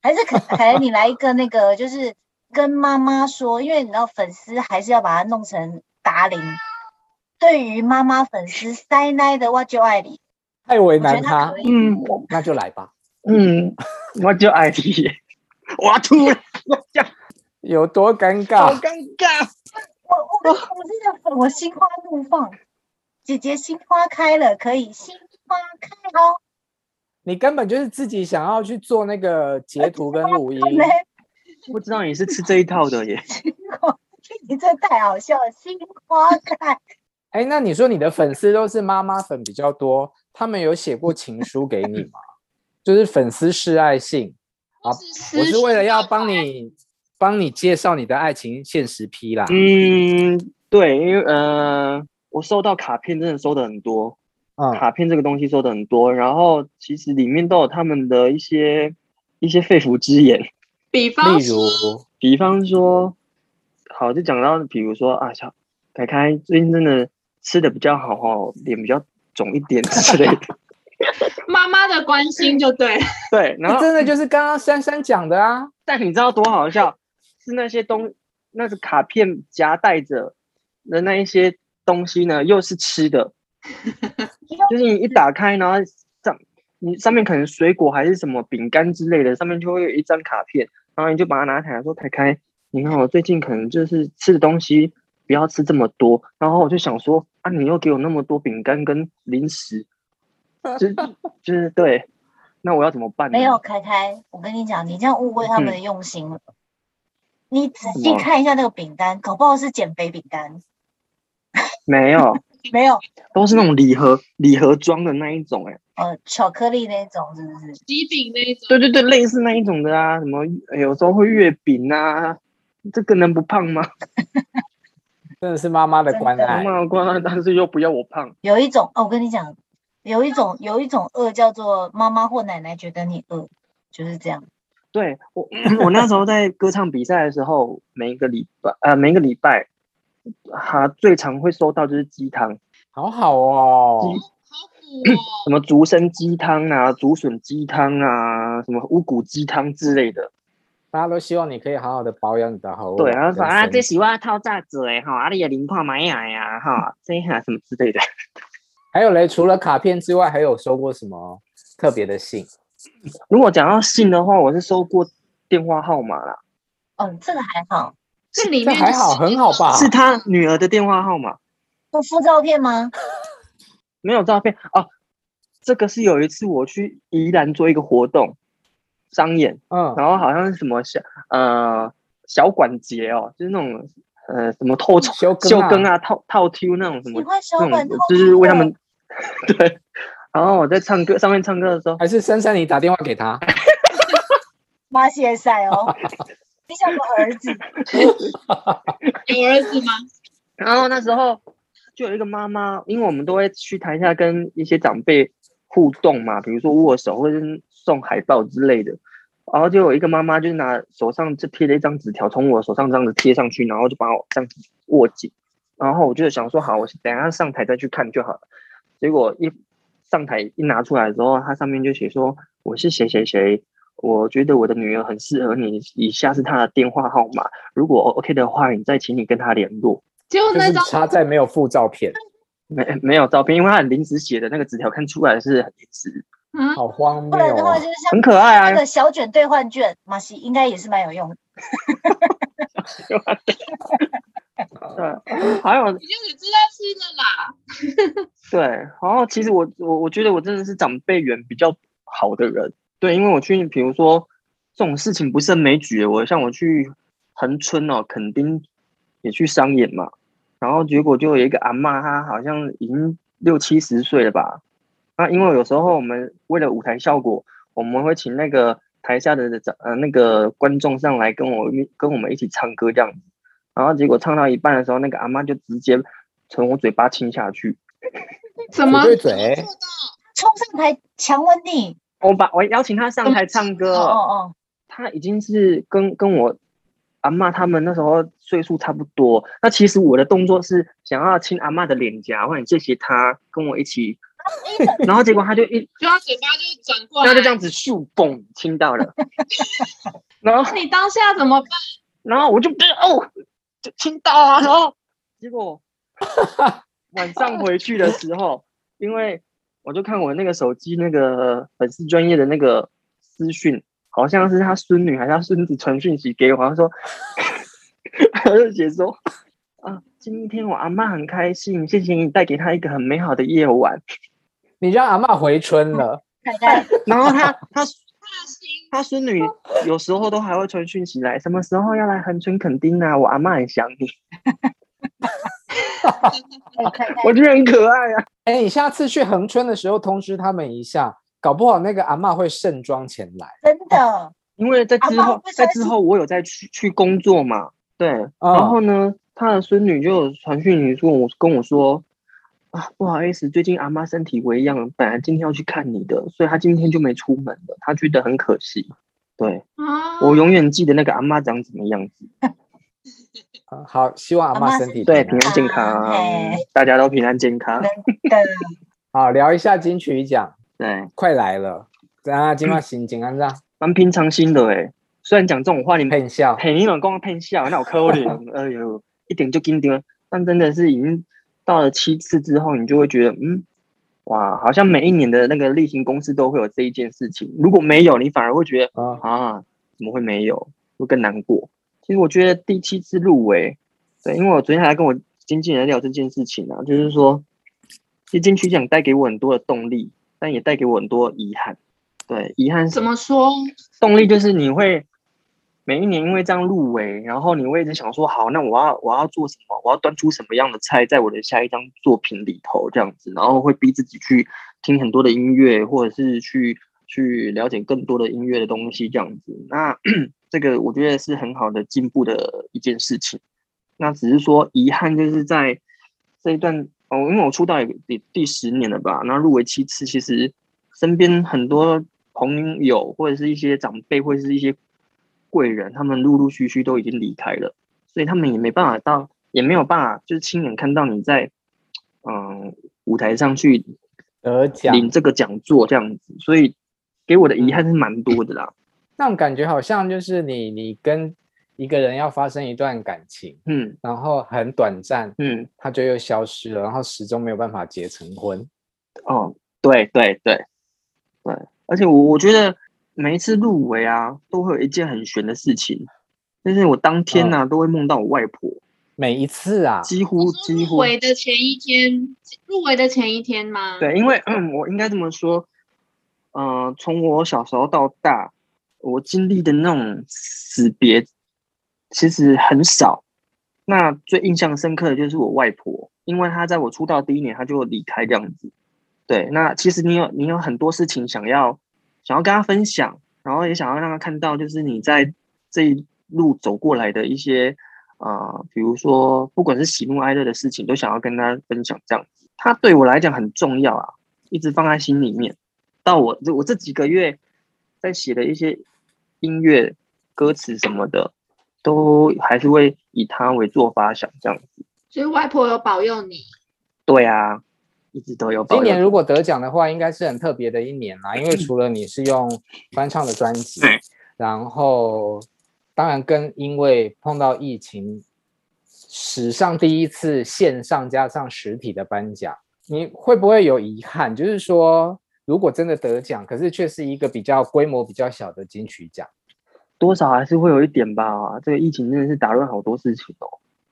[SPEAKER 6] 还是凯凯凯你来一个那个，就是跟妈妈说，因为你知道粉丝还是要把它弄成达林。对于妈妈粉丝塞奶的我就爱你，
[SPEAKER 4] 太为
[SPEAKER 6] 我觉得
[SPEAKER 4] 难
[SPEAKER 6] 他
[SPEAKER 4] 他
[SPEAKER 6] 可，以。
[SPEAKER 7] 嗯
[SPEAKER 4] 那就来吧。
[SPEAKER 7] 嗯，我就艾丽耶， 我要吐了，我讲
[SPEAKER 4] 有多尴
[SPEAKER 7] 好
[SPEAKER 4] 尬？
[SPEAKER 7] 尴尬。
[SPEAKER 6] 我我我真的我心花怒放，姐姐心花开了，可以心花开哦。
[SPEAKER 4] 你根本就是自己想要去做那个截图跟录 音，
[SPEAKER 6] 嘞，
[SPEAKER 7] 不知道你是吃这一套的耶，
[SPEAKER 6] 你这太好笑了，心花开。
[SPEAKER 4] 哎，那你说你的粉丝都是妈妈粉比较多，他们有写过情书给你吗？ 就是粉丝示爱信，啊我是为了要帮你帮你介绍你的爱情现实批啦。
[SPEAKER 7] 嗯，对，因为呃，我收到卡片真的收的很多，
[SPEAKER 4] 嗯，
[SPEAKER 7] 卡片这个东西收的很多，然后其实里面都有他们的一些一些肺腑之言，
[SPEAKER 5] 比方
[SPEAKER 4] 例如
[SPEAKER 5] 说，
[SPEAKER 7] 比方说，好，就讲到比如说啊，小凯凯最近真的吃的比较好哦，脸比较肿一点之类的，
[SPEAKER 5] 妈妈的关心就对了。
[SPEAKER 7] 对，然
[SPEAKER 4] 那
[SPEAKER 7] 后
[SPEAKER 4] 真的就是刚刚珊珊讲的啊，
[SPEAKER 7] 但你知道多好笑？是那些东，那是卡片夹带着的那一些东西呢，又是吃 的，就是你一打开，然后上你上面可能水果还是什么饼干之类的，上面就会有一张卡片，然后你就把它拿起来说：“凯凯，你看我最近可能就是吃的东西不要吃这么多。”然后我就想说：“啊，你又给我那么多饼干跟零食，就是就是对，那我要怎么办呢？”
[SPEAKER 6] 没有，凯凯，我跟你讲，你这样误会他们
[SPEAKER 4] 嗯
[SPEAKER 6] 的用心了。你仔细看一下那个饼干，搞不好是减肥饼干。
[SPEAKER 7] 没有。
[SPEAKER 6] 没有，
[SPEAKER 7] 都是那种礼盒礼盒装的那一种、欸，哎，
[SPEAKER 6] 呃，巧克力那种是不是？
[SPEAKER 5] 喜饼那一种，
[SPEAKER 7] 对对对，类似那一种的啊，什么呃有时候会月饼啊，这个能不胖吗？
[SPEAKER 4] 真的是妈妈的关
[SPEAKER 6] 真的
[SPEAKER 7] 妈
[SPEAKER 4] 爱。
[SPEAKER 7] 妈关爱，但是又不要我胖，
[SPEAKER 6] 有一种，哦，我跟你讲，有一种有一种饿叫做妈妈或奶奶觉得你饿，就是这样。
[SPEAKER 7] 对我嗯我那时候在歌唱比赛的时候，每一个礼拜呃每一个礼拜，哈、最常会收到就是鸡汤，
[SPEAKER 4] 好好哦，
[SPEAKER 7] 嗯
[SPEAKER 5] 好苦哦。
[SPEAKER 7] 什么竹参鸡汤啊、竹笋鸡汤啊、什么五谷鸡汤之类的。
[SPEAKER 4] 大家都希望你可以好好的保养你的喉咙
[SPEAKER 7] 对，
[SPEAKER 4] 跟
[SPEAKER 7] 然
[SPEAKER 4] 身体。
[SPEAKER 7] 后说啊，这是我套炸子诶，哈，啊你的零块买呀呀，哈，这下什么之类的。
[SPEAKER 4] 还有嘞，除了卡片之外，还有收过什么特别的信？
[SPEAKER 7] 如果讲到信的话，我是收过电话号码啦，
[SPEAKER 6] 哦，这个还好。
[SPEAKER 5] 这里
[SPEAKER 4] 这
[SPEAKER 5] 面
[SPEAKER 4] 还好，很好
[SPEAKER 6] 啊
[SPEAKER 4] 吧？
[SPEAKER 7] 是他女儿的电话号码，
[SPEAKER 6] 不附照片吗？
[SPEAKER 7] 没有照片哦。这个是有一次我去宜兰做一个活动，商演，
[SPEAKER 4] 嗯，
[SPEAKER 7] 然后好像是什么小呃小管节哦，就是那种呃什么透抽
[SPEAKER 4] 修
[SPEAKER 7] 秀
[SPEAKER 4] 啊
[SPEAKER 7] 根啊、套套 Q 那种什
[SPEAKER 6] 喜
[SPEAKER 7] 么
[SPEAKER 6] 欢小
[SPEAKER 7] 那
[SPEAKER 6] 管
[SPEAKER 7] 嗯种就
[SPEAKER 6] 透，
[SPEAKER 7] 是为他们 对。然后我在唱歌上面唱歌的时候，
[SPEAKER 4] 还是珊珊你打电话给他？
[SPEAKER 6] 妈谢赛哦。 你 像我儿子，
[SPEAKER 5] 有儿子吗？
[SPEAKER 7] 然后那时候就有一个妈妈，因为我们都会去台下跟一些长辈互动嘛，比如说握手或者是送海报之类的。然后就有一个妈妈，就拿手上就贴了一张纸条，从我手上这样子贴上去，然后就把我这样子握紧。然后我就想说，好，我等一下上台再去看就好了。结果一上台一拿出来之后，它上面就写说我是谁谁谁，我觉得我的女儿很适合你，以下是她的电话号码，如果 OK 的话，你再请你跟她联络。
[SPEAKER 5] 结果
[SPEAKER 4] 就
[SPEAKER 5] 那
[SPEAKER 4] 是
[SPEAKER 5] 张
[SPEAKER 4] 差在没有附照片，
[SPEAKER 7] 没没有照片，因为他很临时写的那个纸条，看出来是很临时，
[SPEAKER 5] 嗯，
[SPEAKER 4] 好荒
[SPEAKER 6] 不
[SPEAKER 4] 谬
[SPEAKER 6] 然的话
[SPEAKER 4] 哦
[SPEAKER 6] 就！是像
[SPEAKER 7] 很可爱
[SPEAKER 6] 那
[SPEAKER 7] 啊。
[SPEAKER 6] 个小卷兑换券，马西应该也是蛮有用的。
[SPEAKER 7] 对，还有
[SPEAKER 5] 你就只知道吃的啦。
[SPEAKER 7] 对，然后其实我我我觉得我真的是长辈缘比较好的人，对，因为我去，比如说这种事情不胜枚举，我像我去恒春哦，垦丁也去商演嘛，然后结果就有一个阿嬷，她好像已经六七十岁了吧，那因为有时候我们为了舞台效果，我们会请那个台下的长呃那个观众上来跟我一跟我们一起唱歌这样子，然后结果唱到一半的时候，那个阿嬷就直接从我嘴巴亲下去。
[SPEAKER 5] 什么？
[SPEAKER 4] 对嘴
[SPEAKER 5] 怎么做到
[SPEAKER 6] 冲上台强吻你，
[SPEAKER 7] 我把我邀请他上台唱歌，
[SPEAKER 6] 哦哦
[SPEAKER 7] 他已经是跟跟我阿嬷他们那时候岁数差不多。那其实我的动作是想要亲阿嬷的脸颊，我很谢谢他跟我一起，然后结果他就 一
[SPEAKER 5] 就他嘴巴就转过来。
[SPEAKER 7] 他就这样子咻嘣亲到了， 然后
[SPEAKER 5] 那你当下怎么办？
[SPEAKER 7] 然后我就哦就亲到啊，然后结果晚上回去的时候，因为我就看我那个手机那个粉丝专业的那个私讯，好像是他孙女还是他孙子传讯息给我，他说，他就写说啊，今天我阿妈很开心，谢谢你带给她一个很美好的夜晚。
[SPEAKER 4] 你让阿嬷回春
[SPEAKER 7] 嗯
[SPEAKER 4] 了，
[SPEAKER 6] 哦， 太太，
[SPEAKER 7] 然后他他
[SPEAKER 5] 大心
[SPEAKER 7] 他孙女有时候都还会传讯息来，什么时候要来横村垦丁啊？我阿妈很想你，
[SPEAKER 6] 太太，
[SPEAKER 7] 我觉得很可爱啊。
[SPEAKER 4] 哎，你下次去恒春的时候通知他们一下，搞不好那个阿嬷会盛装前来。
[SPEAKER 6] 真的，
[SPEAKER 7] 因为在
[SPEAKER 6] 阿
[SPEAKER 7] 之
[SPEAKER 6] 嬷
[SPEAKER 7] 后
[SPEAKER 6] 会不会，
[SPEAKER 7] 在
[SPEAKER 6] 担
[SPEAKER 7] 之
[SPEAKER 6] 心
[SPEAKER 7] 后我有在去去工作嘛，对，
[SPEAKER 4] 啊
[SPEAKER 7] 然后呢，他的孙女就有传讯息说我跟我说，啊，不好意思，最近阿妈身体微恙，本来今天要去看你的，所以她今天就没出门了，她觉得很可惜。对
[SPEAKER 5] 啊！
[SPEAKER 7] 我永远记得那个阿妈长什么样子，
[SPEAKER 4] 嗯好，希望阿
[SPEAKER 6] 阿嬷
[SPEAKER 4] 嬷身体
[SPEAKER 7] 对，
[SPEAKER 4] 平
[SPEAKER 7] 平
[SPEAKER 4] 安
[SPEAKER 7] 安健康
[SPEAKER 6] 哎，
[SPEAKER 7] 大家都平安健康，
[SPEAKER 6] 对，
[SPEAKER 4] 好，聊一下金曲奖，
[SPEAKER 7] 对，
[SPEAKER 4] 快来了，啊，今晚行，今晚让
[SPEAKER 7] 蛮平常心的哎、虽然讲这种话，你们
[SPEAKER 4] 骗笑，
[SPEAKER 7] 骗你们讲骗啊笑，那有可能，哎呦，一点就紧张。但真的是已经到了七次之后，你就会觉得，嗯，哇，好像每一年的那个例行公事都会有这一件事情。如果没有，你反而会觉得
[SPEAKER 4] 啊，
[SPEAKER 7] 啊，怎么会没有？会更难过。其实我觉得第七次入围，对，因为我昨天还跟我经纪人聊这件事情啊，就是说，其实金曲奖带给我很多的动力，但也带给我很多遗憾。对，遗憾是
[SPEAKER 5] 怎么说？
[SPEAKER 7] 动力就是你会每一年因为这样入围，然后你会一直想说，好，那我要我要做什么？我要端出什么样的菜，在我的下一张作品里头这样子，然后会逼自己去听很多的音乐，或者是去去了解更多的音乐的东西这样子。那这个我觉得是很好的进步的一件事情。那只是说遗憾就是在这一段哦，因为我出道也也第十年了吧，那入围七次，其实身边很多朋友或者是一些长辈或者是一些贵人，他们陆陆续续都已经离开了，所以他们也没办法到，也没有办法就是亲眼看到你在嗯舞台上去
[SPEAKER 4] 得奖，
[SPEAKER 7] 领这个讲座这样子，所以给我的遗憾是蛮多的啦。
[SPEAKER 4] 那种感觉好像就是你你跟一个人要发生一段感情，
[SPEAKER 7] 嗯
[SPEAKER 4] 然后很短暂，
[SPEAKER 7] 嗯，
[SPEAKER 4] 它就又消失了，然后始终没有办法结成婚。
[SPEAKER 7] 哦，对对对对，而且我我觉得每一次入围啊，都会有一件很悬的事情，就是我当天呢、都会梦到我外婆，
[SPEAKER 4] 每一次啊，
[SPEAKER 7] 几乎
[SPEAKER 5] 我说
[SPEAKER 7] 几
[SPEAKER 5] 入
[SPEAKER 7] 乎
[SPEAKER 5] 围的前一天，入围的前一天吗？，
[SPEAKER 7] 对，因为、 嗯、我应该这么说，呃，从我小时候到大，我经历的那种死别其实很少。那最印象深刻的就是我外婆，因为她在我出道第一年她就离开这样子。对，那其实你有你有很多事情想要想要跟她分享，然后也想要让她看到，就是你在这一路走过来的一些啊、比如说不管是喜怒哀乐的事情，都想要跟他分享这样子。他对我来讲很重要啊，一直放在心里面。到我这我这几个月在写的一些音乐歌词什么的，都还是会以他为做发想这样子。
[SPEAKER 5] 所以外婆有保佑你，
[SPEAKER 7] 对啊，一直都有保
[SPEAKER 4] 今
[SPEAKER 7] 佑。
[SPEAKER 4] 年如果得奖的话，应该是很特别的一年啦，因为除了你是用翻唱的专辑
[SPEAKER 8] 对，
[SPEAKER 4] 然后当然跟因为碰到疫情，史上第一次线上加上实体的颁奖，你会不会有遗憾？就是说，如果真的得奖，可是却是一个比较规模比较小的金曲奖，
[SPEAKER 7] 多少还是会有一点吧。这个疫情真的是打乱好多事情哦。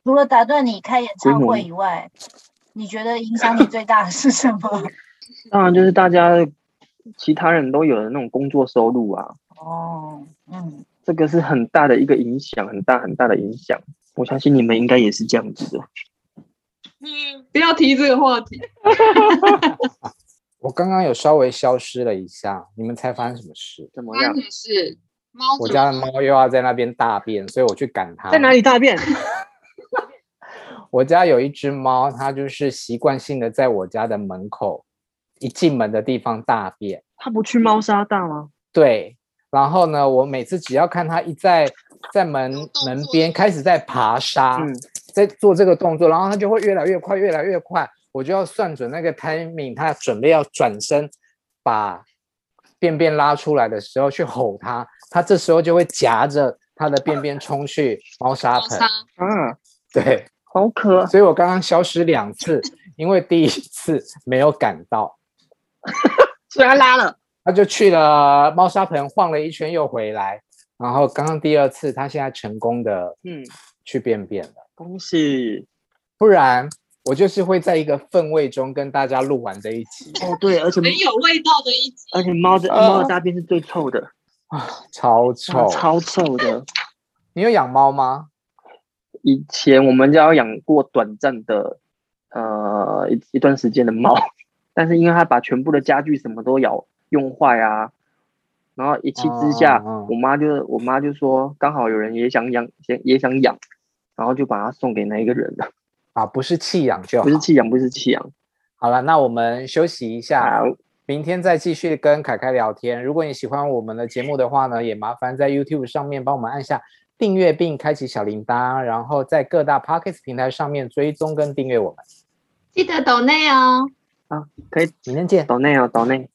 [SPEAKER 6] 除了打断你开演唱
[SPEAKER 7] 规模
[SPEAKER 6] 会以外，你觉得影响你最大的是什么？
[SPEAKER 7] 当然就是大家其他人都有的那种工作收入啊，
[SPEAKER 6] 哦，嗯，
[SPEAKER 7] 这个是很大的一个影响，很大很大的影响。我相信你们应该也是这样子的。哦
[SPEAKER 5] 不要提这个话题。
[SPEAKER 4] 我刚刚有稍微消失了一下，你们猜发生什么事？
[SPEAKER 7] 怎么
[SPEAKER 5] 关
[SPEAKER 7] 样？
[SPEAKER 5] 你是猫
[SPEAKER 4] 我
[SPEAKER 5] 怎么
[SPEAKER 4] 家的猫又要在那边大便，所以我去赶它。
[SPEAKER 7] 在哪里大便？
[SPEAKER 4] 我家有一只猫，它就是习惯性的在我家的门口一进门的地方大便。
[SPEAKER 7] 他不去猫砂大吗？
[SPEAKER 4] 对，然后呢，我每次只要看它一在在门
[SPEAKER 5] 有动作
[SPEAKER 4] 门边开始在爬沙，
[SPEAKER 7] 嗯，
[SPEAKER 4] 在做这个动作，然后它就会越来越快，越来越快，我就要算准那个 timing，它准备要转身把便便拉出来的时候去吼它，它这时候就会夹着它的便便冲去猫
[SPEAKER 5] 猫
[SPEAKER 4] 砂盆。
[SPEAKER 5] 砂？
[SPEAKER 7] 啊，
[SPEAKER 4] 对，
[SPEAKER 7] 好可爱。
[SPEAKER 4] 所以我刚刚消失两次，因为第一次没有赶到，
[SPEAKER 7] 所以他拉了。
[SPEAKER 4] 他就去了猫砂盆晃了一圈又回来，然后刚刚第二次他现在成功的
[SPEAKER 7] 嗯，
[SPEAKER 4] 去便便了，
[SPEAKER 7] 恭喜。
[SPEAKER 4] 不然我就是会在一个氛围中跟大家录完这一集
[SPEAKER 7] 哦，对，而且
[SPEAKER 5] 很有味道的一集，
[SPEAKER 7] 而且猫的
[SPEAKER 4] 呃
[SPEAKER 7] 猫的大便是最臭的，
[SPEAKER 4] 啊，超臭
[SPEAKER 7] 哇！超臭的。
[SPEAKER 4] 你有养猫吗？
[SPEAKER 7] 以前我们家有养过短暂的，呃，一一段时间的猫， 但是因为它把全部的家具什么都咬用坏啊，然后一气之下，
[SPEAKER 4] 嗯嗯嗯
[SPEAKER 7] 我妈就我妈就说，刚好有人也想养，也也想养，然后就把它送给那一个人了，
[SPEAKER 4] 啊，不是弃养就好
[SPEAKER 7] 不。是弃养，不是弃养，啊
[SPEAKER 4] 好了，那我们休息一下。
[SPEAKER 7] 好，
[SPEAKER 4] 明天再继续跟凯凯聊天。如果你喜欢我们的节目的话呢，也麻烦在 YouTube 上面帮我们按下订阅并开启小铃铛，然后在各大 Podcast 平台上面追踪跟订阅我们。
[SPEAKER 5] 记得抖内哦。
[SPEAKER 7] 可以
[SPEAKER 4] 明天见。
[SPEAKER 7] 岛内哦，岛内。